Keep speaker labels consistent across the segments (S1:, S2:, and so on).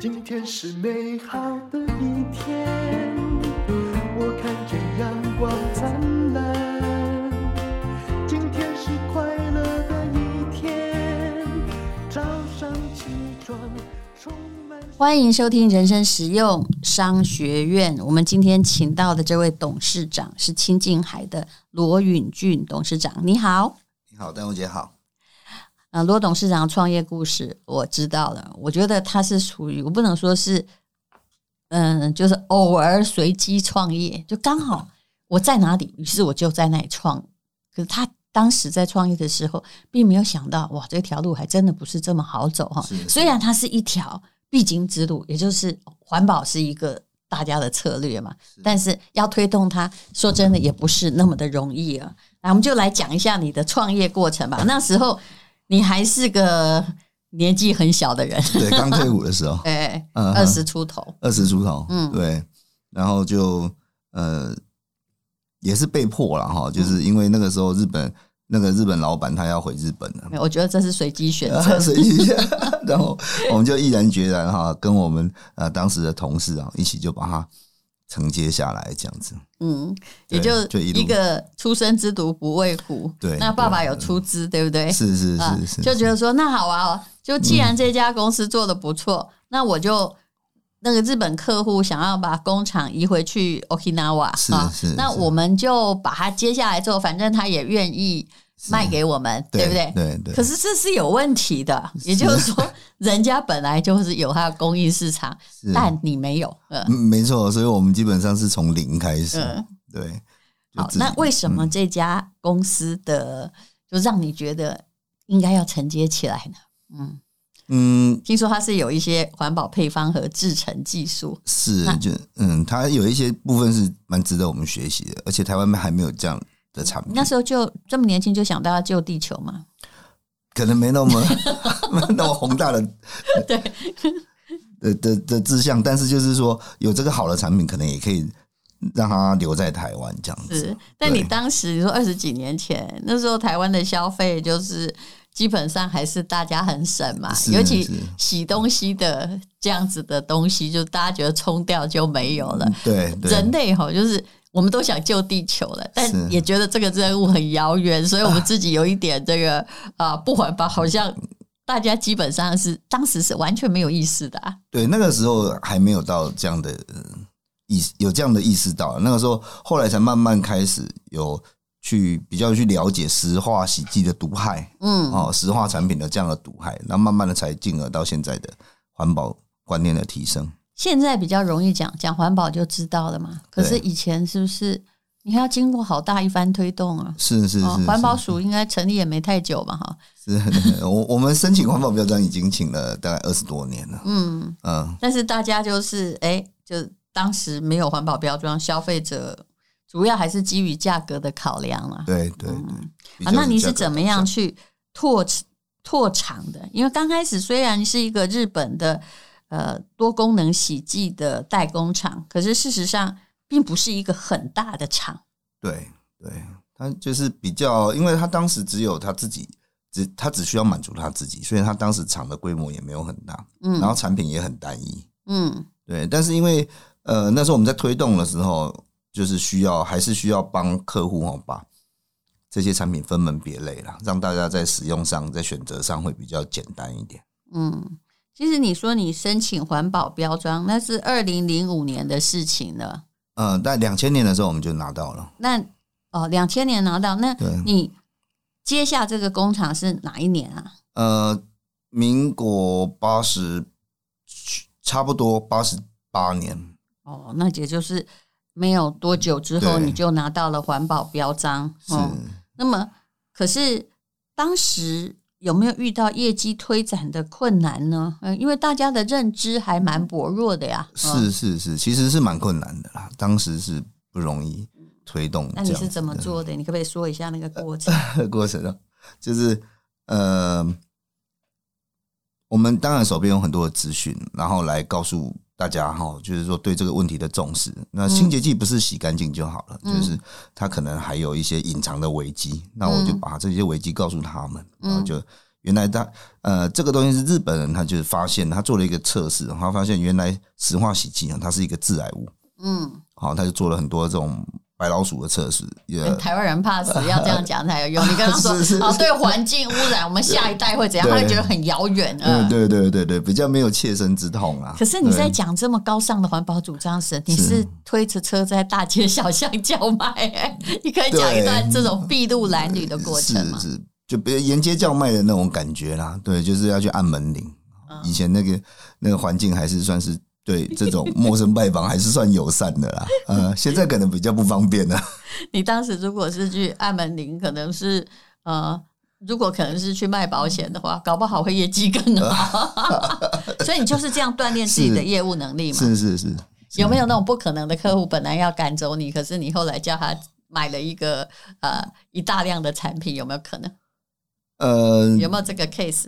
S1: 今天是美好的一天，我看见阳光灿烂。今天是快乐的一天，早上起床充满。
S2: 欢迎收听人生实用商学院。我们今天请到的这位董事长是亲近海的罗允俊董事长，你好。
S3: 你好，端午节好。
S2: 呃，罗董事长的创业故事我知道了，我觉得他是属于我不能说是，嗯，就是偶尔随机创业，就刚好我在哪里，于是我就在那里创。可是他当时在创业的时候，并没有想到哇，这条路还真的不是这么好走哈
S3: 是。
S2: 虽然它是一条必经之路，也就是环保是一个大家的策略嘛，但是要推动它，说真的也不是那么的容易啊。来，我们就来讲一下你的创业过程吧。那时候你还是个年纪很小的人，，
S3: 对，刚退伍的时候
S2: 哎，
S3: 嗯
S2: 二十出头，
S3: 二十出头，
S2: 嗯
S3: 对，然后就呃，也是被迫了哈，
S2: 嗯
S3: 就是因为那个时候日本那个日本老板他要回日本了，
S2: 没有我觉得这是随机选择。
S3: 啊所以 然后我们就毅然决然哈，跟我们呃当时的同事啊一起就把它承接下来，这样子。
S2: 嗯，
S3: 对
S2: 也就
S3: 就一路
S2: 一个初生之犊不畏虎。
S3: 对
S2: 那爸爸有出资，对不对？
S3: 是是
S2: 啊
S3: 是是，
S2: 就觉得说那好啊哦，就既然这家公司做的不错，那我就那个日本客户想要把工厂移回去 Okinawa
S3: 是
S2: 啊
S3: 是，
S2: 那
S3: 是
S2: 我们就把它接下来做，反正他也愿意卖给我们，对不对？
S3: 对对
S2: 可是这是有问题的，也就是说，人家本来就是有它的供应市场，
S3: 是
S2: 但你没有，嗯
S3: 嗯，没错，所以我们基本上是从零开始，
S2: 嗯。
S3: 对。就
S2: 好，
S3: 自己嗯
S2: 那为什么这家公司的就让你觉得应该要承接起来呢？嗯，
S3: 嗯，
S2: 听说它是有一些环保配方和制成技术，
S3: 是
S2: 那，
S3: 就嗯，它有一些部分是蛮值得我们学习的，而且台湾还没有这样的产品
S2: 那，时候就这么年轻就想到要救地球嘛？
S3: 可能没 那么没那么宏大的
S2: 对，
S3: 的的的志向，但是就是说有这个好的产品，可能也可以让它留在台湾这样子嗯
S2: 是。。但你
S3: 对
S2: 当时你说二十几年前，那时候台湾的消费就是基本上还是大家很省嘛，
S3: 是
S2: 尤其
S3: 是
S2: 洗东西的这样子的东西，就大家觉得冲掉就没有了。
S3: 对
S2: 人
S3: 对，
S2: 类哈，就是我们都想救地球了，
S3: 是
S2: 但也觉得这个任务很遥远，所以我们自己有一点这个啊、不环保，好像大家基本上是当时是完全没有意识的、啊。
S3: 对，那个时候还没有到这样的呃意识，有这样的意识到，那个时候后来才慢慢开始有去比较去了解石化洗剂的毒害。
S2: 嗯，
S3: 哦，石化产品的这样的毒害，那慢慢的才进而到现在的环保观念的提升。
S2: 现在比较容易讲讲环保就知道了嘛，可是
S3: 对
S2: 以前是不是你还要经过好大一番推动啊？
S3: 是是是，
S2: 哦，环保
S3: 是
S2: 署应该成立也没太久嘛，哈，
S3: 是 我我们申请环保标章已经请了大概二十多年了。
S2: 嗯，
S3: 嗯，
S2: 但是大家就是哎、就当时没有环保标准，消费者主要还是基于价格的考量了、
S3: 对对对。
S2: 嗯
S3: 比
S2: 啊，
S3: 较
S2: 那你
S3: 价
S2: 是
S3: 格
S2: 怎么
S3: 导
S2: 样
S3: 向？
S2: 去拓拓场的？因为刚开始虽然是一个日本的呃多功能洗剂的代工厂，可是事实上并不是一个很大的厂。
S3: 对对，他就是比较，因为他当时只有他自己，只他只需要满足他自己，所以他当时厂的规模也没有很大，然
S2: 嗯
S3: 后产品也很单一。
S2: 嗯
S3: 对，但是因为呃那时候我们在推动的时候，就是需要还是需要帮客户哦把这些产品分门别类啦，让大家在使用上、在选择上会比较简单一点。
S2: 嗯，其实你说你申请环保标章，那是二零零五年的事情了。
S3: 呃，在两千年的时候我们就拿到了，
S2: 那哦，两千年拿到，那
S3: 对
S2: 你接下这个工厂是哪一年啊？
S3: 呃，民国八十差不多八十八年，
S2: 哦，那也就是没有多久之后，
S3: 对
S2: 你就拿到了环保标章。
S3: 是、
S2: 哦，那么可是当时有没有遇到业绩推展的困难呢？嗯、因为大家的认知还蛮薄弱的呀。嗯
S3: 是是是，其实是蛮困难的啦，当时是不容易推动。
S2: 那你是怎么做的？你可不可以说一下那个
S3: 呃
S2: 过 程？
S3: 的过程啊，就是呃，我们当然手边有很多的资讯，然后来告诉大家哈，就是说对这个问题的重视。那清洁剂不是洗干净就好了，
S2: 嗯
S3: 就是
S2: 嗯
S3: 它可能还有一些隐藏的危机，那我就把这些危机告诉他们，然后就原来他呃，这个东西是日本人，他就是发现他做了一个测试，他发现原来石化洗剂啊，它是一个致癌物，
S2: 嗯，
S3: 好，他就做了很多这种白老鼠的测试，也
S2: 哎台湾人怕 死，要这样讲才有用。你跟他说
S3: 是是
S2: 哦，对环境污染，我们下一代会怎样？他
S3: 对
S2: 会觉得很遥远。
S3: 嗯，
S2: 嗯，
S3: 对对对对，比较没有切身之痛啊。
S2: 可是你在
S3: 对
S2: 讲这么高尚的环保主张时，你是推着车在大街小巷叫卖、 你可以讲一段这种筚路蓝缕的过程吗？
S3: 嗯是是，就别沿街叫卖的那种感觉啦。对，就是要去按门铃。
S2: 嗯
S3: 以前那个那个环境还是算是对 这种陌生拜访还是算友善的啦。呃，现在可能比较不方便了。
S2: 你当时如果是去按门铃，可能是呃，如果可能是去卖保险的话，搞不好会业绩更好。 所以你就是这样锻炼自己的业务能力嘛？
S3: 是是是，
S2: 有没有那种不可能的客户，本来要赶走你，可是你后来叫他买了一个呃一大量的产品，有没有可能？
S3: 呃，
S2: 有没有这个 case？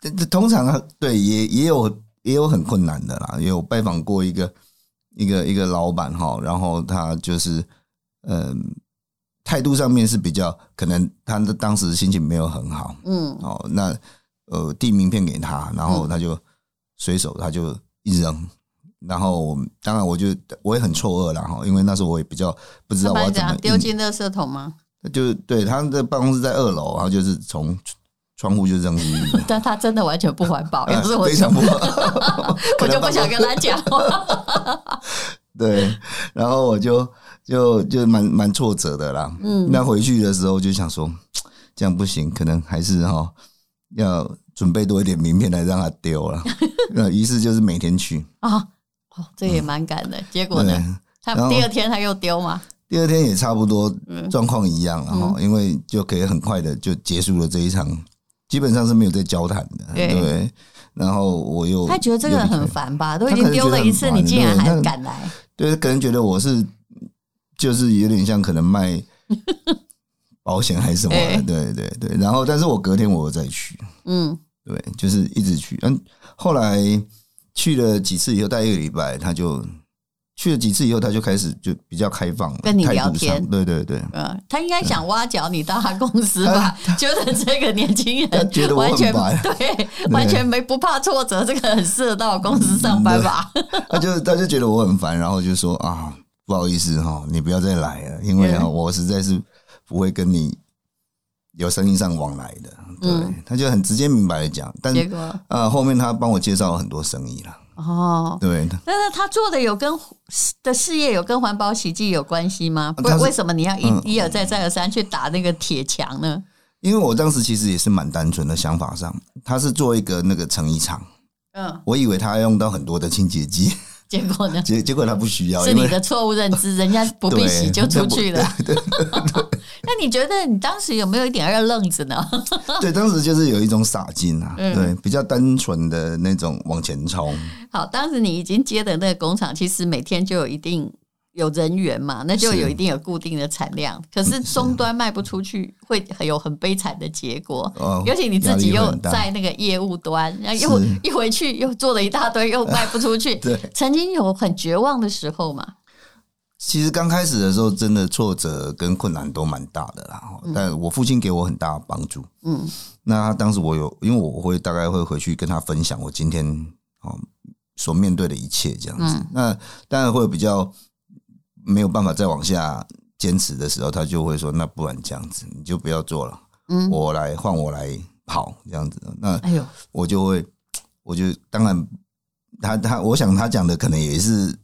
S3: 这这通常啊对也也有也有很困难的啦，也有拜访过一个一个一个老板哈，然后他就是嗯态度上面是比较可能他的当时心情没有很好
S2: 嗯
S3: 哦，那呃递名片给他，然后他就随手他就一扔。然后我们，当然我就我也很错愕啦哈，因为那时候我也比较不知道
S2: 那
S3: 我要
S2: 班
S3: 怎么嗯
S2: 长丢
S3: 应
S2: 进垃圾桶吗？
S3: 就对他的办公室在二楼，然后就是从窗户就扔进去，
S2: 但他真的完全不环保，要是我
S3: 啊哎非常不好。
S2: 我就不想跟他讲话。
S3: 对，然后我就就就蛮蛮挫折的啦。
S2: 嗯
S3: 那回去的时候就想说，这样不行，可能还是哈、要准备多一点名片来让他丢 了。那于是就是每天去，
S2: 啊， 哦，这也蛮赶的。结果
S3: 对
S2: 呢，，他
S3: 嗯然后
S2: 第二天他又丢嘛，
S3: 第二天也差不多
S2: 嗯
S3: 状况一样了哈、因为就可以很快的就结束了这一场，基本上是没有在交谈的，
S2: 对
S3: 对。然后我又
S2: 他觉得这个
S3: 又离开
S2: 很烦吧？都
S3: 哦他
S2: 已经
S3: 可能
S2: 丢
S3: 觉得
S2: 了
S3: 很
S2: 一次，
S3: 烦
S2: 你竟然
S3: 对
S2: 还
S3: 那
S2: 敢来？
S3: 对，可能觉得我是就是有点像可 能卖保险还是什么
S2: 哎
S3: 的，对对对。然后，但是我隔天我有再去，
S2: 嗯
S3: 对，就是一直去。嗯，后来去了几次以后，大概一个礼拜，他就去了几次以后，他就开始就比较开放了，
S2: 跟你
S3: 态
S2: 聊
S3: 度
S2: 天
S3: 上对对对。
S2: 嗯，他应该想挖角你到他公司吧？觉得这个年轻
S3: 他
S2: 人
S3: 觉得我
S2: 完
S3: 很
S2: 全
S3: 白啊
S2: 对，完全没不怕挫折，这个很适合到我公司上班 吧？
S3: 他 就他就觉得我很烦，然后就说啊，不好意思哈、你不要再来了，因为啊，
S2: 嗯
S3: 我实在是不会跟你有生意上往来的。对，
S2: 嗯
S3: 他就很直接明白的讲，但
S2: 结果
S3: 呃，后面他帮我介绍了很多生意啦。
S2: 哦，
S3: 对，
S2: 但是他做的有跟的事业有跟环保洗剂有关系吗？不
S3: 啊他，是
S2: 为什么你要一、
S3: 嗯
S2: 一而再再而三去打那个铁墙呢？
S3: 因为我当时其实也是蛮单纯的想法上，他是做一个那个成衣厂，
S2: 嗯，
S3: 我以为他要用到很多的清洁剂，
S2: 结果呢？
S3: 结结果他不需要，
S2: 是
S3: 哦因
S2: 你
S3: 为
S2: 的错误认知，人家不必洗就出去了。
S3: 对，对
S2: 那你觉得你当时有没有一点二愣子呢？
S3: 对，当时就是有一种洒劲啊，
S2: 嗯
S3: 对，比较单纯的那种往前冲。
S2: 好，当时你已经接的那个工厂，其实每天就有一定有人员嘛，那就是有一定有固定的产量。可是终端卖不出去，会有很悲惨的结果。
S3: 哦
S2: 尤其你自己
S3: 压力会
S2: 又
S3: 很大
S2: 在那个业务端，然后又
S3: 是
S2: 一回去又做了一大堆，又卖不出去。
S3: 对
S2: 曾经有很绝望的时候嘛。
S3: 其实刚开始的时候，真的挫折跟困难都蛮大的啦。哦但我父亲给我很大的帮助。
S2: 嗯
S3: 那他当时我有，因为我会大概会回去跟他分享我今天哦所面对的一切这样子。
S2: 嗯
S3: 那当然会比较没有办法再往下坚持的时候，他就会说：“那不然这样子，你就不要做了，
S2: 嗯，
S3: 我来换我来跑这样子。”那
S2: 哎呦，
S3: 我就会，我就当然他他，我想他讲的可能也是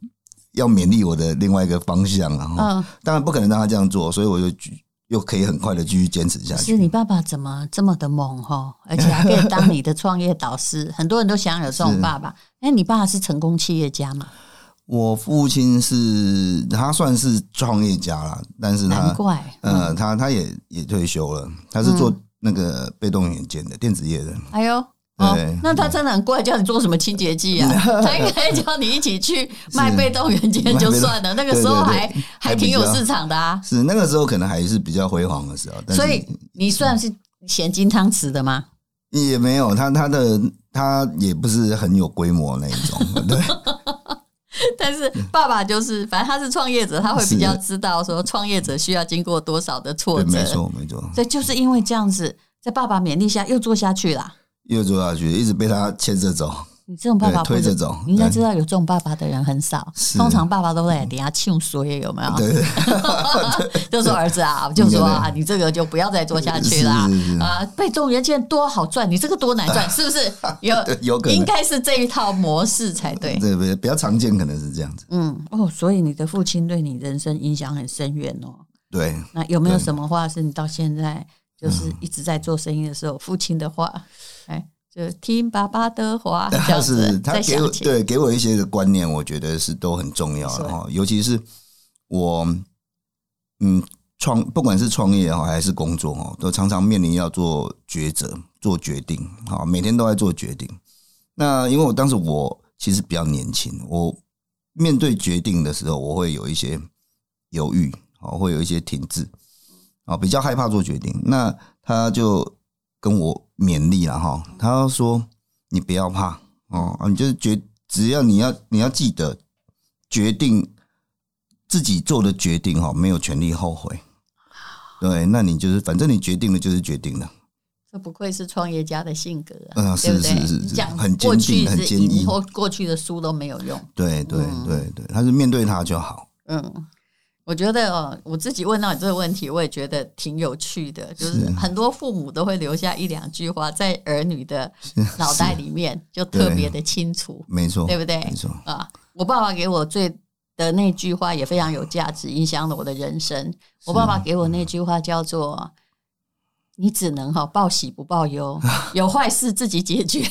S3: 要勉励我的另外一个方向啊。哦
S2: 嗯，
S3: 当然不可能让他这样做，所以我就继又可以很快的继续坚持下
S2: 可
S3: 去。
S2: 是你爸爸怎么这么的猛哈？而且还可以当你的创业导师，很多人都想有这种
S3: 是
S2: 爸爸。哎，你爸是成功企业家嘛？
S3: 我父亲是他算是创业家啦，但是
S2: 难嗯
S3: 他
S2: 怪。
S3: 呃，他他也也退休了，他是
S2: 嗯
S3: 做那个被动元件的电子业的。
S2: 哎呦，哦
S3: 对，
S2: 那他真的很怪，叫你做什么清洁剂 啊？他应该叫你一起去卖被动元件就算了，那个时候还
S3: 对对对
S2: 还挺有市场的啊。
S3: 是那个时候可能还是比较辉煌的时候，但是
S2: 所以你算是咸金汤匙的吗？
S3: 也没有他他的他也不是很有规模那一 种，对
S2: 但是爸爸就是，反正他是创业者，他会比
S3: 嗯是
S2: 较知道说创业者需要经过多少的挫
S3: 对，
S2: 折。
S3: 没错没错，
S2: 对，就是因为这样子，在爸爸勉励下又做下去啦。
S3: 又做下去，一直被他牵着走。
S2: 你这种爸爸
S3: 对
S2: 不
S3: 推
S2: 是
S3: 这种
S2: 你应该
S3: 对
S2: 知道有这种爸爸的人很少，
S3: 是
S2: 通常爸爸都会来等下庆衰，有没有？
S3: 对，
S2: 就说儿子啊，就说啊
S3: 对，
S2: 你这个就不要再做下去啦
S3: 是是是
S2: 啊！被动元件多好赚，你这个多难赚，是不是？有
S3: 对有可能
S2: 应该是这一套模式才对。
S3: 对，比比较常见，可能是这样子。
S2: 嗯，哦，所以你的父亲对你人生影响很深远哦。
S3: 对，
S2: 那有没有
S3: 对
S2: 什么话是你到现在就是一直在做生意的时候，父亲的话，哎，就听爸爸的话，这
S3: 他
S2: 样子
S3: 是他
S2: 在
S3: 给我
S2: 想起，
S3: 对给我一些的观念，我觉得是都很重要的
S2: 没错
S3: 哈。尤其是我，嗯，创不管是创业哈还是工作哈，都常常面临要做抉择、做决定，哈，每天都在做决定。那因为我当时我其实比较年轻，我面对决定的时候，我会有一些犹豫，哦，会有一些停滞，啊，比较害怕做决定。那他就跟我勉励了哈，他说：“你不要怕哦，啊你就是决，只要你要你要记得决定自己做的决定哈，没有权利后悔。对，那你就是反正你决定了就是决定了，
S2: 这不愧是创业家的性格啊，
S3: 嗯
S2: 对不对
S3: 是是是？
S2: 你
S3: 是
S2: 讲
S3: 很坚
S2: 过去
S3: 定很
S2: 是
S3: 坚
S2: 赢
S3: 毅
S2: 或过去的书都没有用。
S3: 对对
S2: 嗯
S3: 对对，他是面对他就好。
S2: 嗯，我觉得哦，我自己问到你这个问题，我也觉得挺有趣的，就是
S3: 是
S2: 很多父母都会留下一两句话在儿女的脑袋里面，就
S3: 对
S2: 特别的清楚，
S3: 没错，
S2: 对不对
S3: 没错，
S2: 啊！我爸爸给我最的那句话也非常有价值，影响了我的人生。我爸爸给我
S3: 嗯
S2: 那句话叫做。你只能哈报喜不报忧，有坏事自己解 决，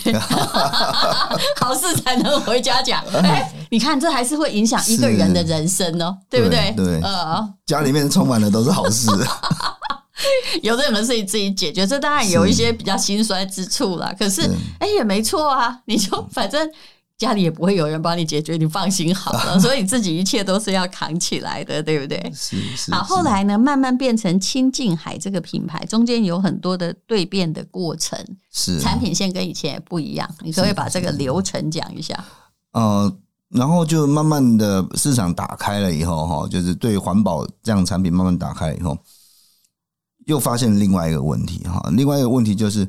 S2: 好事才能回家讲。哎、 你看这还是会影响一个人的
S3: 是
S2: 人生哦，对不对？
S3: 对对
S2: 呃，
S3: 家里面充满了都是好 事。
S2: 有的人是自己解决，这当然有一些比较心酸之处啦。可是
S3: 是，
S2: 哎、也没错啊，你就反正家里也不会有人帮你解决，你放心好 了。所以自己一切都是要扛起来的，对不对？
S3: 是是。
S2: 好，后
S3: 是
S2: 来呢，慢慢变成亲近海这个品牌，中间有很多的蜕变的过程，
S3: 是
S2: 产品线跟以前也不一样。你可不可以把这个流程讲一下？
S3: 呃，然后就慢慢的市场打开了以后，哈，就是对环保这样产品慢慢打开了以后，又发现另外一个问题哈，另外一个问题就是，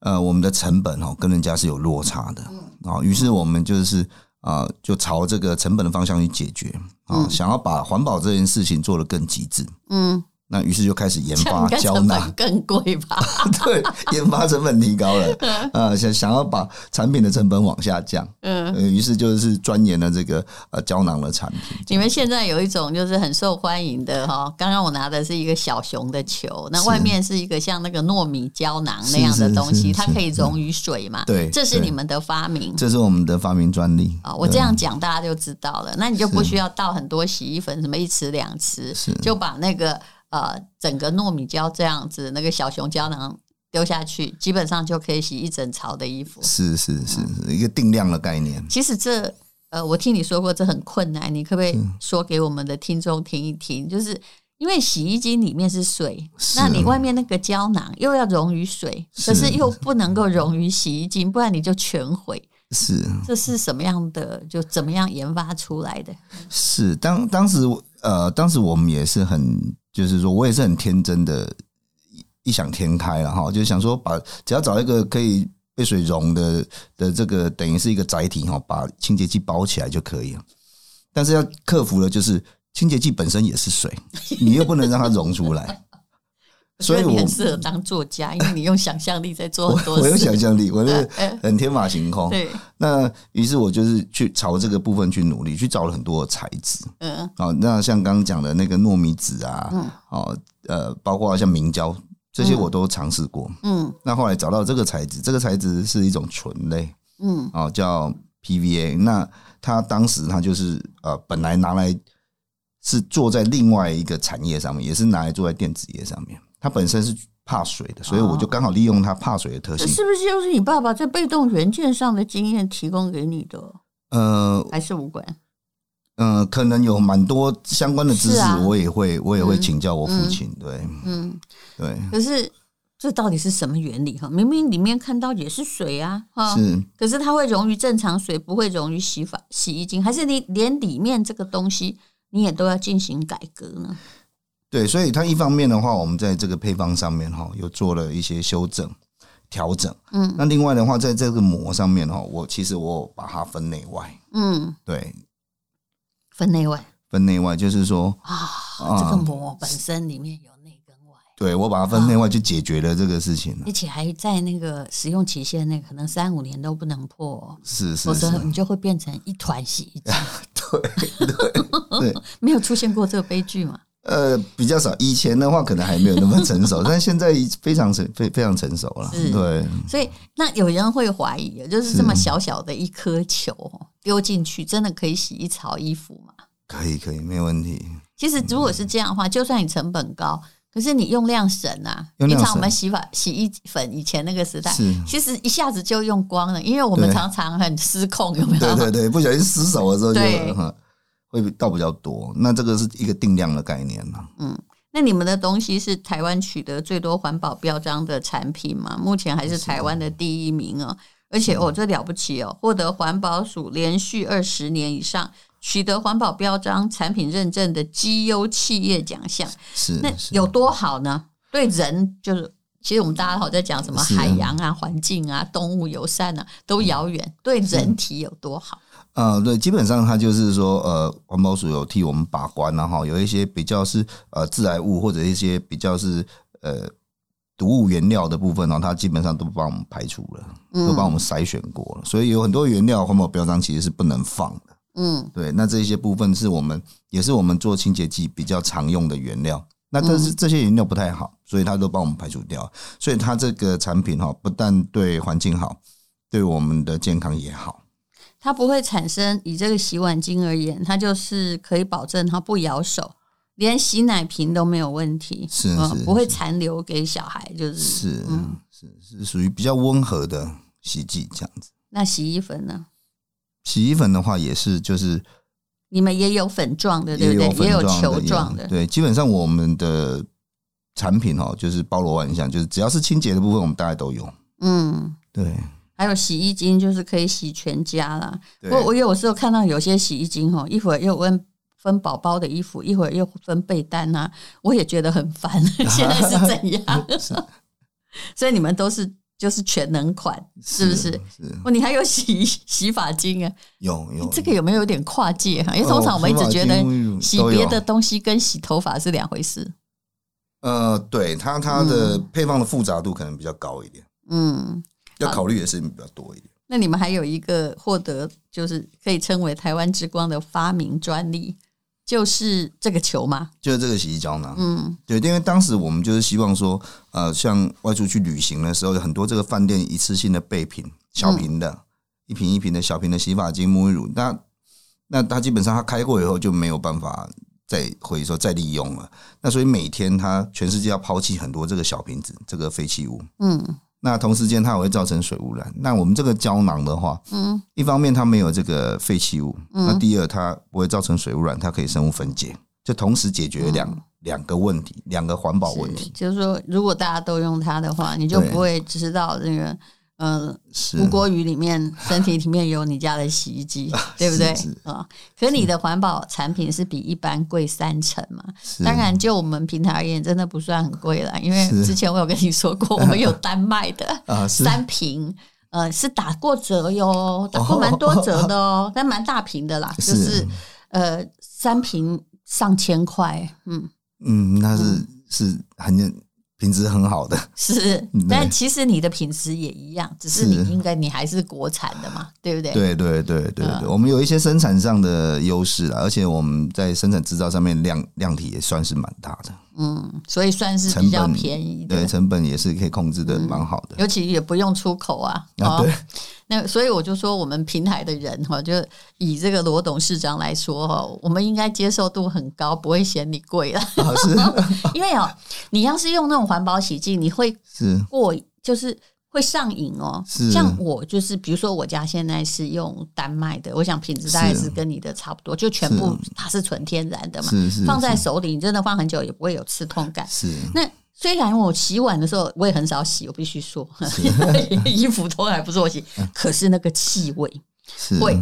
S3: 呃，我们的成本哈跟人家是有落差的
S2: 嗯
S3: 啊，于是我们就是啊、呃就朝这个成本的方向去解决啊，
S2: 嗯
S3: 想要把环保这件事情做得更极致。
S2: 嗯，
S3: 那于是就开始研
S2: 这样 应
S3: 发
S2: 该
S3: 胶
S2: 成
S3: 囊
S2: 本，更贵吧？
S3: 对，研发成本提高 了，呃，想想要把产品的成本往下降，
S2: 嗯。
S3: 呃，于是就是钻研了这个呃胶囊的产品。
S2: 你们现在有一种就是很受欢迎的哈，刚刚我拿的是一个小熊的球，那
S3: 是
S2: 外面是一个像那个糯米胶囊那样的
S3: 是是
S2: 东西，
S3: 是
S2: 它
S3: 是
S2: 可以溶于水嘛？
S3: 对
S2: 这是
S3: 对
S2: 你们的发明
S3: 这是我们的发明专利
S2: 啊、我
S3: 对
S2: 这样讲大家就知道了，那你就不需要倒很多洗衣粉，什么一匙两匙
S3: 是，
S2: 就把那个呃整个糯米胶这样子那个小熊胶囊丢下去，基本上就可以洗一整槽的衣服。
S3: 嗯是是是是一个定量的概念。
S2: 其实这呃，我听你说过这很困难，你可不可以说给我们的听众听一听？就是因为洗衣机里面是水，
S3: 是啊
S2: 那你外面那个胶囊又要溶于水，可是
S3: 是
S2: 又不能够溶于洗衣机，不然你就全毁。
S3: 是
S2: 这是什么样的？就怎么样研发出来的？
S3: 是，当当时我呃，当时我们也是很，就是说我也是很天真的，异想天开了哈，就想说把只要找一个可以被水溶的的这个，等于是一个载体哈，把清洁剂包起来就可以了。但是要克服的就是清洁剂本身也是水，你又不能让它溶出来，所 以
S2: 我觉得
S3: 我
S2: 你很适合当作家，因为你用想象力在做
S3: 我
S2: 很多事。
S3: 我有想象力，我是
S2: 呃呃
S3: 很天马行空。
S2: 对，
S3: 那于是我就是去朝这个部分去努力，去找了很多的材质
S2: 嗯
S3: 啊、哦。那像刚刚讲的那个糯米纸啊，
S2: 嗯
S3: 哦呃，包括像明胶这些我都尝试过。
S2: 嗯
S3: 那后来找到这个材质，这个材质是一种醇类
S2: 嗯
S3: 哦，叫 PVA。那它当时它就是呃，本来拿来是做在另外一个产业上面，也是拿来做在电子业上面。它本身是怕水的，所以我就刚好利用它怕水的特
S2: 这
S3: 性。
S2: 哦是不是就是你爸爸在被动元件上的经验提供给你的，
S3: 呃，
S2: 还是无关？
S3: 嗯，可能有蛮多相关的知
S2: 是
S3: 识
S2: 啊，
S3: 我也会我也会
S2: 嗯
S3: 请教我父亲。对
S2: 嗯，
S3: 对，
S2: 可是这到底是什么原理哈？明明里面看到也是水啊，哈，
S3: 是
S2: 可是它会溶于正常水，不会溶于洗发洗衣精，还是你连里面这个东西你也都要进行改革呢？
S3: 对，所以它一方面的话，我们在这个配方上面哈，有做了一些修整、调整。
S2: 嗯
S3: 那另外的话，在这个膜上面哈，我其实我有把它分内外，
S2: 嗯，
S3: 对，
S2: 分内外
S3: 分内外就是说，
S2: 啊，这个膜本身里面有内跟外，
S3: 对我把它分内外去解决了这个事情了
S2: 而。且还在那个使用期限内，可能三五年都不能破哦，
S3: 是是
S2: 否
S3: 是
S2: 则，你就会变成一团洗衣机。
S3: 对对对，
S2: 没有出现过这个悲剧嘛？
S3: 呃，比较少。以前的话可能还没有那么 成熟，但现在非常成非非常成熟了。
S2: 是
S3: 对，
S2: 所以那有人会怀疑，就是这么小小的一颗球哦丢进去，真的可以洗一槽衣服吗？
S3: 可以可以，没有问题。
S2: 其实如果是这样的话，就算你成本高，可是你用量省啊。
S3: 嗯
S2: 平
S3: 用量省
S2: 常我们洗发洗衣粉以前那个时代
S3: 是，
S2: 其实一下子就用光了，因为我们
S3: 对
S2: 常常很失控，有没有？
S3: 对 对对，不小心失手的时候就
S2: 对
S3: 嗯会倒比较多。那这个是一个定量的概念啊了。
S2: 那你们的东西是台湾取得最多环保标章的产品吗？目前还
S3: 啊
S2: 是台湾的第一名哦，而
S3: 嗯
S2: 且哦，这了不起哦，获得环保署连续二十年以上取得环保标章产品认证的绩优企业奖项，
S3: 是啊
S2: 那
S3: 是
S2: 有多好呢？对人就是，其实我们大家好在讲什么
S3: 是啊嗯
S2: 海洋啊、环境啊、动物友善啊，都遥远，对
S3: 啊
S2: 人体有多好？
S3: 呃，对，基本上它就是说，呃，环保署有替我们把关然后有一些比较是呃致癌物或者一些比较是呃毒物原料的部分啊呢，它基本上都帮我们排除了，
S2: 嗯
S3: 都帮我们筛选过了，所以有很多原料环保标章其实是不能放的。
S2: 嗯
S3: 对，那这些部分是我们也是我们做清洁剂比较常用的原料。那但
S2: 嗯
S3: 是这些原料不太好，所以它都帮我们排除掉。所以它这个产品哈，不但对环境好，对我们的健康也好。
S2: 它不会产生以这个洗碗巾而言，它就是可以保证它不咬手，连洗奶瓶都没有问题，
S3: 是
S2: 嗯
S3: 是
S2: 不会
S3: 是
S2: 残留给小孩。就是
S3: 是、
S2: 嗯
S3: 是是属于比较温和的洗剂这样子。
S2: 那洗衣粉呢？
S3: 洗衣粉的话也是，就是
S2: 你们也有粉状的，对
S3: 也
S2: 不
S3: 有
S2: 对？
S3: 粉
S2: 也有
S3: 状
S2: 球
S3: 的
S2: 状
S3: 也
S2: 的
S3: 有，对，基本上我们的产品哦，就是包罗万象，就是只要是清洁的部分，我们大概都有。
S2: 嗯。
S3: 对，
S2: 还有洗衣精，就是可以洗全家啦。
S3: 对
S2: 我我有时候看到有些洗衣精哦，一会儿又分分宝宝的衣服，一会儿又分被单啊，我也觉得很烦。 现在是怎样？
S3: 是
S2: 所以你们都是就是全能款， 是不是？
S3: 是
S2: 哦，你还有洗洗发精啊？
S3: 有有
S2: 这个有没有有点跨界啊哈、因
S3: 哦
S2: 为通常我们一直觉得洗别的东西跟洗头发是两回事。
S3: 呃，对它它的配方的复杂度可能比较高一点，
S2: 嗯，
S3: 要考虑的事情比较多一点。
S2: 那你们还有一个获得就是可以称为台湾之光的发明专利，就是这个球吗？
S3: 就是这个洗衣胶囊，
S2: 嗯
S3: 对，因为当时我们就是希望说，呃，像外出去旅行的时候，有很多这个饭店一次性的备品，小瓶的，一瓶一瓶的小瓶的洗发精、沐浴乳，那那它基本上它开过以后就没有办法再回收、再利用了。那所以每天它全世界要抛弃很多这个小瓶子、这个废弃物，
S2: 嗯
S3: 那同时间它也会造成水污染。那我们这个胶囊的话，
S2: 嗯
S3: 一方面它没有这个废弃物，那第二它不会造成水污染，它可以生物分解，就同时解决两两、个问题，两个环保问
S2: 是
S3: 题。
S2: 就是说，如果大家都用它的话，你就
S3: 对
S2: 不会知道那个嗯，
S3: 是
S2: 吴锅鱼里面身体里面有你家的洗衣机，对不对
S3: 是是
S2: 啊？可你的环保产品是比一般贵三成嘛？
S3: 是
S2: 当然，就我们平台而言，真的不算很贵了，因为
S3: 是
S2: 之前我有跟你说 过，我们有单卖的
S3: 啊是哦
S2: 三瓶。呃，是打过折哟，打过蛮多折的哦，但蛮大瓶的啦，就是是呃三瓶上千块，嗯，
S3: 嗯，那是、是很品质很好的，
S2: 是
S3: 嗯，对
S2: 但其实你的品质也一样，只是你
S3: 是
S2: 应该你还是国产的嘛，对不对？
S3: 对对对对对，
S2: 嗯
S3: 我们有一些生产上的优势啦，而且我们在生产制造上面量量体也算是蛮大的，
S2: 嗯，所以算是比
S3: 成
S2: 较
S3: 本
S2: 便宜
S3: 对
S2: 的，嗯
S3: 成本也是可以控制的蛮好的。
S2: 尤其也不用出口啊。
S3: 啊，对，
S2: 那所以我就说，我们平台的人哈，就以这个罗董事长来说哈，我们应该接受度很高，不会嫌你贵了。
S3: 啊
S2: 因为哦，你要是用那种环保洗剂，你会
S3: 是是
S2: 过就是会上瘾哦。
S3: 是
S2: 像我就是，比如说我家现在是用丹麦的，我想品质大概
S3: 是
S2: 是跟你的差不多，就全部它是纯天然的嘛，
S3: 是是，
S2: 放在
S3: 是
S2: 手里你真的放很久也不会有刺痛感。
S3: 是
S2: 那虽然我洗碗的时候我也很少洗，我必须说，
S3: 嗯
S2: 衣服都还不是我洗，可是那个气味
S3: 是
S2: 会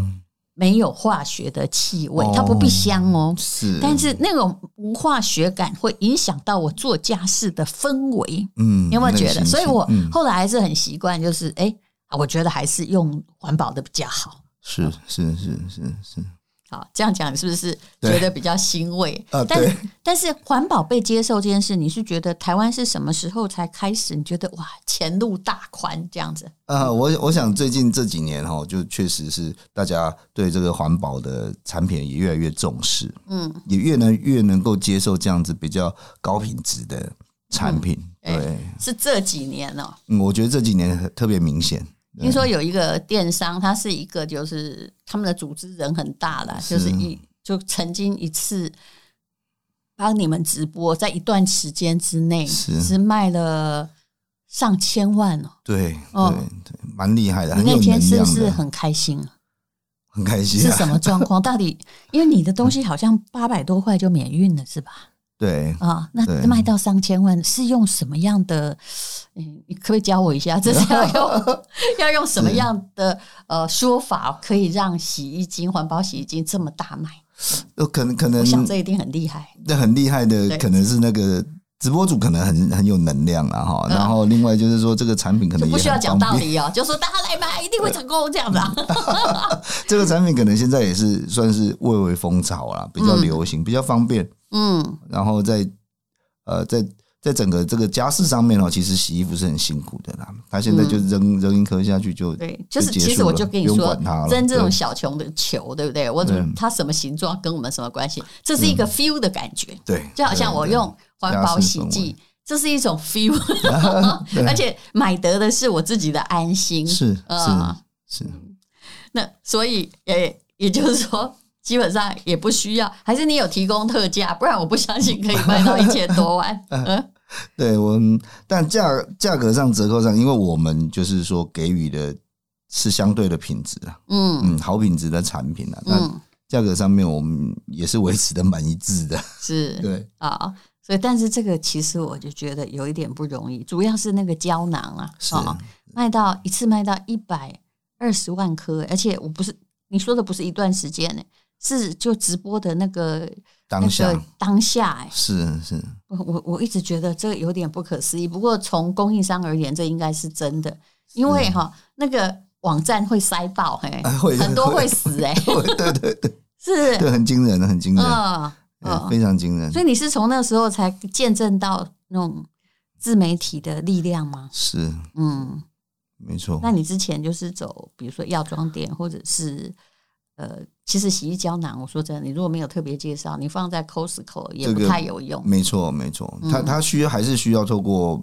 S2: 没有化学的气味，它不必香哦。
S3: 是，
S2: 但是那种无化学感会影响到我做家事的氛围，
S3: 嗯，
S2: 你有没有
S3: 那个
S2: 觉得？
S3: 心
S2: 所以
S3: 情
S2: 我
S3: 嗯
S2: 后来还是很习惯，就是哎、啊我觉得还是用环保的比较好。
S3: 是是是是是，
S2: 好，这样讲是不是
S3: 对
S2: 觉得比较欣慰？
S3: 啊
S2: 但
S3: 对
S2: 是但是环保被接受这件事，你是觉得台湾是什么时候才开始？你觉得哇，前路大宽这样子？
S3: 啊，我我想最近这几年哈，就确实是大家对这个环保的产品也越来越重视，
S2: 嗯，
S3: 也越能越能够接受这样子比较高品质的产品。
S2: 嗯
S3: 对、
S2: 是这几年哦、
S3: 嗯我觉得这几年很特别明显。对
S2: 听说有一个电商，他是一个就是他们的组织人很大啦，就是一就曾经一次帮你们直播，在一段时间之内
S3: 是
S2: 只卖了上千万哦、
S3: 对
S2: 哦
S3: 对对，蛮厉害的，
S2: 你
S3: 很有
S2: 那
S3: 能量
S2: 天是不
S3: 的，
S2: 是很开心 啊？
S3: 很开心、啊？
S2: 是什么状况？到底因为你的东西好像八百多块就免运了，是吧？
S3: 对，
S2: 啊，那
S3: 对
S2: 卖到上千万是用什么样的？嗯，你可不可以教我一 下？这是要用要用什么样的呃说法，可以让洗衣精环保洗衣精这么大卖？
S3: 有可能可能
S2: 我想这一定很厉害。
S3: 那很厉害的
S2: 对
S3: 可能是那个直播主可能很很有能量啊哈，然后另外就是说这个产品
S2: 嗯
S3: 可
S2: 就
S3: 能也
S2: 不需要
S3: 很
S2: 讲
S3: 方
S2: 道
S3: 便，
S2: 理 哦，就说大家来买一定会成功这样子啊。
S3: 这个产品可能现在也是算是蔚为风潮啦，比较流行，比较方便，
S2: 嗯，
S3: 然后在呃在在整个这个家事上面哦，其实洗衣服是很辛苦的啦，他现在就扔、扔一颗下去就
S2: 嗯对，就是
S3: 结束
S2: 其实我
S3: 了
S2: 就跟你
S3: 不用
S2: 说
S3: 管它，了
S2: 扔这
S3: 对嗯
S2: 种小球的球，对不对？我怎么
S3: 对
S2: 它什么形状跟我们什么关系？这是一
S3: 嗯
S2: 个 feel 的感觉。
S3: 对，
S2: 就好像我用
S3: 嗯
S2: 环保洗
S3: 家事氛
S2: 剂，这是一种 feel，而 且买得的是我自己的安心。
S3: 对是是、
S2: 啊
S3: 是，
S2: 那所以也也就是说，基本上也不需要，还是你有提供特价，不然我不相信可以卖到一千多万。嗯
S3: 对我们但价价格上折扣上，因为我们就是说给予的是相对的品质啊，
S2: 嗯
S3: 嗯，好品质的产品啊，那
S2: 嗯，
S3: 价格上面我们也是维持的蛮一致的，
S2: 是
S3: 对。
S2: 啊。所以，但是这个其实我就觉得有一点不容易，主要是那个胶囊啊，
S3: 是
S2: 啊卖到一次卖到一百二十万颗，而且我不是你说的不是一段时间呢、是就直播的那个
S3: 当下
S2: 那个当下、欸，
S3: 是是，
S2: 我我我一直觉得这有点不可思议。不过从供应商而言，这应该是真的，因为哈、那个网站会塞爆、嘿，
S3: 啊会
S2: 很多
S3: 会
S2: 会死、欸，哎，
S3: 对对对对，
S2: 是，
S3: 对，很惊人，很惊人，
S2: 嗯
S3: 对
S2: 嗯，
S3: 非常惊人
S2: 所。以你是从那时候才见证到那种自媒体的力量吗？
S3: 是，
S2: 嗯，
S3: 没错
S2: 那。你之前就是走，比如说药妆店，或者是呃，其实洗衣胶囊，我说真的，你如果没有特别介绍，你放在 Costco 也
S3: 这
S2: 不
S3: 个
S2: 太有用。
S3: 没错，没错，
S2: 嗯
S3: 他他需要还是需要透过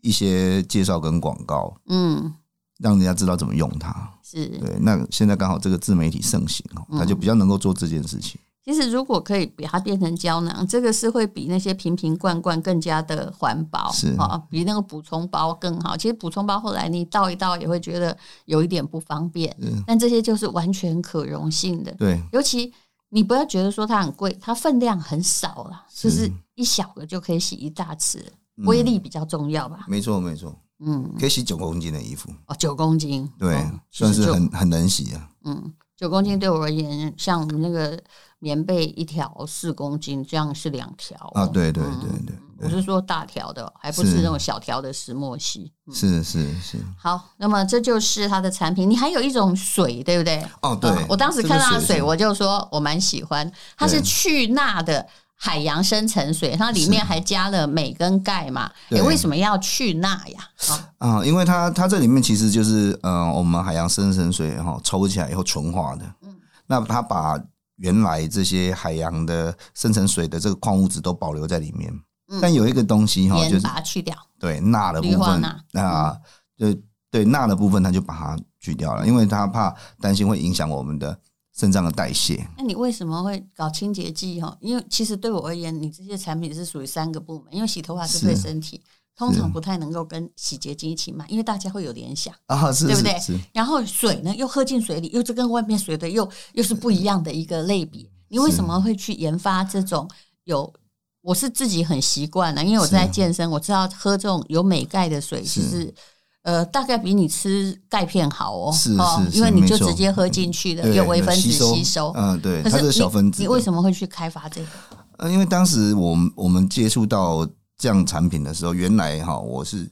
S3: 一些介绍跟广告，
S2: 嗯，
S3: 让人家知道怎么用它。
S2: 是。
S3: 对，那现在刚好这个自媒体盛行哦，他
S2: 嗯
S3: 就比较能够做这件事情。
S2: 其实如果可以把它变成胶囊，这个是会比那些瓶瓶罐罐更加的环保，
S3: 是
S2: 啊、比那个补充包更好。其实补充包后来你倒一倒也会觉得有一点不方便，
S3: 嗯，
S2: 但这些就是完全可溶性的。
S3: 对，
S2: 尤其你不要觉得说它很贵，它分量很少啦，
S3: 是嗯
S2: 就是一小个就可以洗一大匙，威力比较重要吧。
S3: 没错，没错，
S2: 嗯，
S3: 可以洗九公斤的衣服，
S2: 哦，九公斤，
S3: 对
S2: 哦，其
S3: 算
S2: 实
S3: 是
S2: 就
S3: 很很能洗啊。
S2: 嗯，九公斤对我而言，像我们那个棉被一条四公斤，这样是两条
S3: 啊，对对
S2: 嗯
S3: 对对
S2: 我
S3: 对，
S2: 是说大条的，还不
S3: 是
S2: 是那种小条的石墨烯。嗯
S3: 是是是，
S2: 好，那么这就是它的产品。你还有一种水，对不对？
S3: 哦，对
S2: 嗯，我当时看到它
S3: 这
S2: 的
S3: 个
S2: 水，我就说我蛮喜欢，它是
S3: 对
S2: 去钠的海洋深层水，它里面还加了镁跟钙嘛。
S3: 对
S2: 诶为什么要去钠呀？啊，
S3: 啊、因为它它这里面其实就是呃，我们海洋深层水哈、抽起来以后纯化的，
S2: 嗯
S3: 那它把原来这些海洋的深层水的这个矿物质都保留在里面，
S2: 嗯
S3: 但有一个东西哈、就
S2: 盐
S3: 是
S2: 把它去掉。
S3: 对钠的部
S2: 氯化
S3: 分
S2: 钠
S3: 啊，就对钠的部分，它就把它去掉了，因为它怕担心会影响我们的肾脏的代谢。
S2: 那你为什么会搞清洁剂？哈，因为其实对我而言，你这些产品是属于三个部门，因为洗头发是对
S3: 是
S2: 身体，通常
S3: 是
S2: 不太能够跟洗洁精一起买，因为大家会有联想。
S3: 啊，是
S2: 对
S3: 是
S2: 不对
S3: 是，
S2: 然后水呢又喝进水里，又这跟外面水的又又是不一样的一个类别。你为什么会去研发这种有？啊我是自己很习惯了，因为我在健身，我知道喝这种有镁钙的水，其实呃，大概比你吃钙片好哦，
S3: 是
S2: 哦
S3: 是，是
S2: 因为你就
S3: 没错嗯
S2: 直接喝进去的，
S3: 对
S2: 有微分子
S3: 吸收
S2: 吸收。
S3: 嗯，对，
S2: 可
S3: 它
S2: 是
S3: 是
S2: 你
S3: 小分子的。
S2: 你为什么会去开发这个？
S3: 呃，因为当时我们我们接触到这样产品的时候，原来哈我是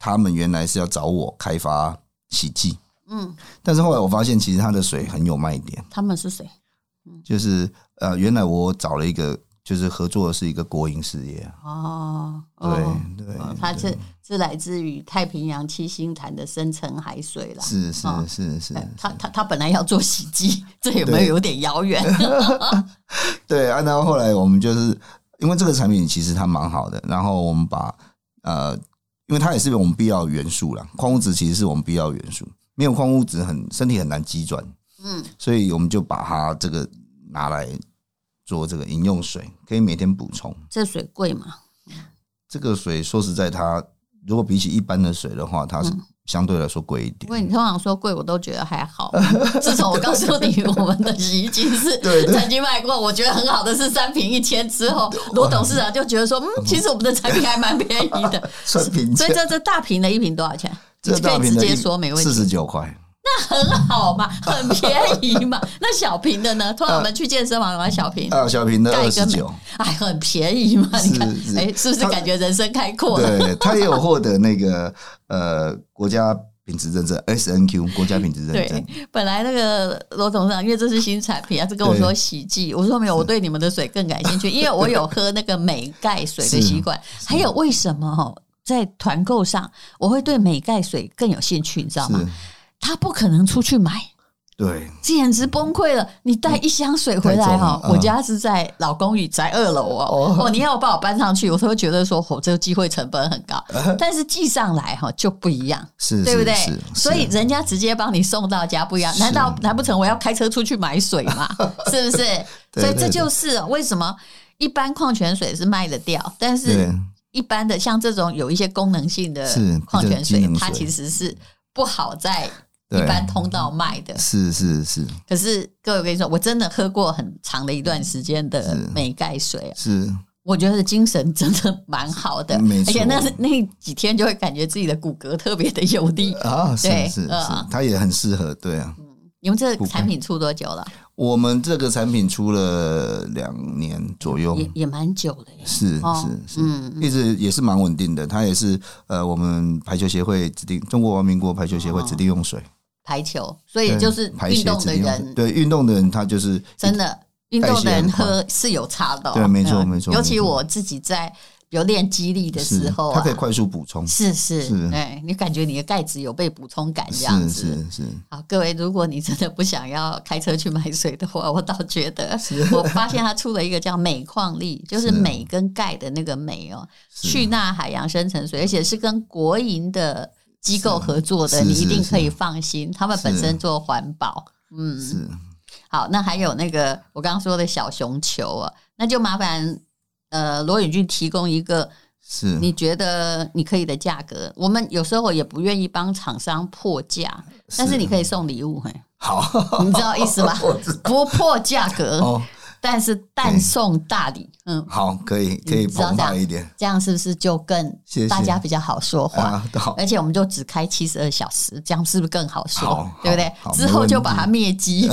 S3: 他们原来是要找我开发洗剂，
S2: 嗯，
S3: 但是后来我发现其实它的水很有卖点，
S2: 他们是谁？
S3: 就是呃原来我找了一个就是合作的是一个国营事业啊，
S2: 哦，
S3: 对、
S2: 哦
S3: 对
S2: 哦，它
S3: 对
S2: 是是来自于太平洋七星潭的深层海水啦。
S3: 是是
S2: 哦
S3: 是是，
S2: 哎他他他本来要做洗剂， 这有没有
S3: 对
S2: 有点遥远？
S3: 对啊，然后后来我们就是因为这个产品其实它蛮好的，然后我们把呃，因为它也是我们必要元素啦，矿物质其实是我们必要元素，没有矿物质很身体很难机转，
S2: 嗯，
S3: 所以我们就把它这个拿来做这个饮用水，可以每天补充。
S2: 这水贵嘛？
S3: 这个水说实在它，如果比起一般的水的话，它是相对来说贵一
S2: 因为
S3: 点。
S2: 嗯你通常说贵，我都觉得还 好。自从我告诉你我们的洗衣机是
S3: 对对
S2: 曾经卖过，我觉得很好的是三瓶一千之后，罗董事长就觉得说，嗯，其实我们的产品还蛮便宜 的。
S3: 算平价
S2: 所以，这这大瓶的一瓶多少 钱？你可以直接说，没问
S3: 四
S2: 题，
S3: 十九块。
S2: 很 好嘛，很便宜嘛。那小瓶的呢？通常我们去健身房玩小瓶，
S3: 啊，小瓶的
S2: 盖
S3: 二
S2: 一个
S3: 十
S2: 美
S3: 九，
S2: 哎，很便宜嘛。你看
S3: 是，是
S2: 哎，是不是感觉人生开阔了？
S3: 对，他也有获得那个呃国家品质认证 SNQ 国家品质认证
S2: 对，， 本来那个罗董事长，因为这是新产品，他是跟我说
S3: 对
S2: 洗剂，我说没有，我对你们的水更感兴趣，因为我有喝那个美钙水的习惯。还有为什么哦，在团购上我会对美钙水更有兴趣，你知道吗
S3: 是？，
S2: 他不可能出去买。
S3: 对，
S2: 简直崩溃了！你带一箱水回来哈、
S3: 带走了嗯
S2: 我家是在老公寓，在二楼哦。哦，你要把我搬上去，我都会觉得说，哦，这个机会成本很高。但是寄上来哈就不一样，
S3: 是，
S2: 对不对
S3: 是是？
S2: 所以
S3: 是
S2: 人家直接帮你送到家不一样，
S3: 是
S2: 难道难不成我要开车出去买水 吗？是不是？所以
S3: 对
S2: 这就是哦为什么一般矿泉水是卖得掉，但
S3: 对
S2: 是一般的像这种有一些功能性的
S3: 是
S2: 矿泉水
S3: 比较机，能
S2: 它
S3: 水
S2: 其实是不好在一
S3: 对
S2: 般通道卖的。
S3: 是是是
S2: 可是各位，我跟你说，我真的喝过很长的一段时间的
S3: 是
S2: 美钙水啊，
S3: 是，
S2: 我觉得精神真的蛮好的，
S3: 没错
S2: 而且那那几天就会感觉自己的骨骼特别的有力。
S3: 啊，是
S2: 对
S3: 是是
S2: 嗯，
S3: 它也很适合，对啊。
S2: 你们这个产品出多久了？
S3: 我们这个产品出了两年左右，
S2: 也也蛮久的耶。
S3: 是
S2: 哦
S3: 是是，
S2: 嗯
S3: 一直也是蛮稳定的。它也是呃，我们排球协会指定中国民国排球协会指定用水，
S2: 排球，所以
S3: 对
S2: 哦就是
S3: 排
S2: 运
S3: 协
S2: 动
S3: 指
S2: 的
S3: 定用水
S2: 人，
S3: 对运动的人，他就是
S2: 真的运动的人
S3: 代谢很快
S2: 喝是有差的哦。
S3: 对没错
S2: 嗯
S3: 没错
S2: 尤其
S3: 没错
S2: 我自己在比如练肌力的
S3: 是
S2: 时候
S3: 它
S2: 啊
S3: 可以，快速补充，
S2: 是是，
S3: 是
S2: 哎，你感觉你的钙质有被补充感这样
S3: 是
S2: 子。
S3: 是是，
S2: 好，各位，如果你真的不想要开车去买水的话，我倒觉得， 我发现它出了一个叫镁矿力，就是
S3: 是
S2: 镁跟钙的那个镁哦，
S3: 是
S2: 去钠海洋深层水，而且是跟国营的机构合作的，
S3: 是
S2: 你
S3: 是
S2: 一定
S3: 是
S2: 可以放心，他们本
S3: 是
S2: 身做环保。嗯，
S3: 是
S2: 好，那还有那个我刚刚说的小熊球啊，那就麻烦呃罗永俊提供一
S3: 嗯
S2: 个
S3: 是，
S2: 你觉得你可以的价格，我们有时候也不愿意帮厂商破价，但是你可以送礼物，嘿，
S3: 好， ？
S2: 你知道意思吗
S3: 我知
S2: 不破价格，
S3: 哦，
S2: 但是但送大礼，嗯，
S3: 好，可以可以
S2: 你知道
S3: 澎
S2: 这
S3: 湃
S2: 样
S3: 一点
S2: 这样是不是就更
S3: 谢谢
S2: 大家比较好说话？哎
S3: 啊， 好，
S2: 而且我们就只开七十二小时，这样是不是更好说？
S3: 好
S2: 对不对
S3: 好？好
S2: 之后就把它灭 机。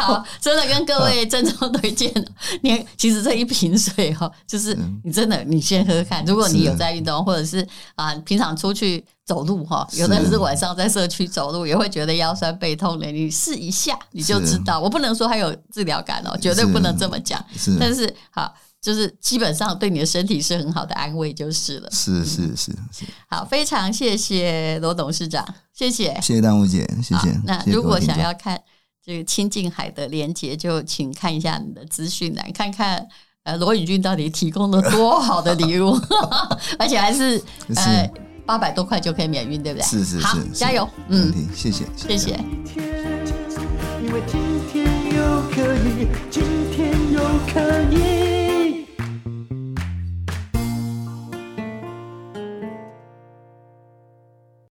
S2: 好，真的跟各位郑重推荐，你其实这一瓶水哦，就是
S3: 嗯
S2: 你真的你先喝喝看。如果你
S3: 是
S2: 有在运动，或者是啊平常出去走路哈，有的人
S3: 是
S2: 是晚上在社区走路也会觉得腰酸背痛的，你试一下你就知道。我不能说还有治疗感哦，绝对
S3: 是
S2: 不能这么讲。
S3: 是
S2: 但是好，就是基本上对你的身体是很好的安慰就是嗯了。
S3: 是是是是，
S2: 好，非常谢谢罗董事长，谢谢。
S3: 谢谢丹舞姐，谢
S2: 好
S3: 谢。
S2: 那
S3: 谢谢
S2: 如
S3: 各位
S2: 果
S3: 听
S2: 想
S3: 众
S2: 要看这个亲近海的连接，就请看一下你的资讯栏，看看呃罗宇俊到底提供了多好的礼物， 而且还是呃
S3: 是
S2: 八百多块就可以免运，对不对？
S3: 是是
S2: 好
S3: 是，
S2: 加油，
S3: 没问
S2: 嗯，
S3: 题，谢谢
S2: 谢
S3: 谢
S2: 谢。
S1: 因为今天又可以，今天又可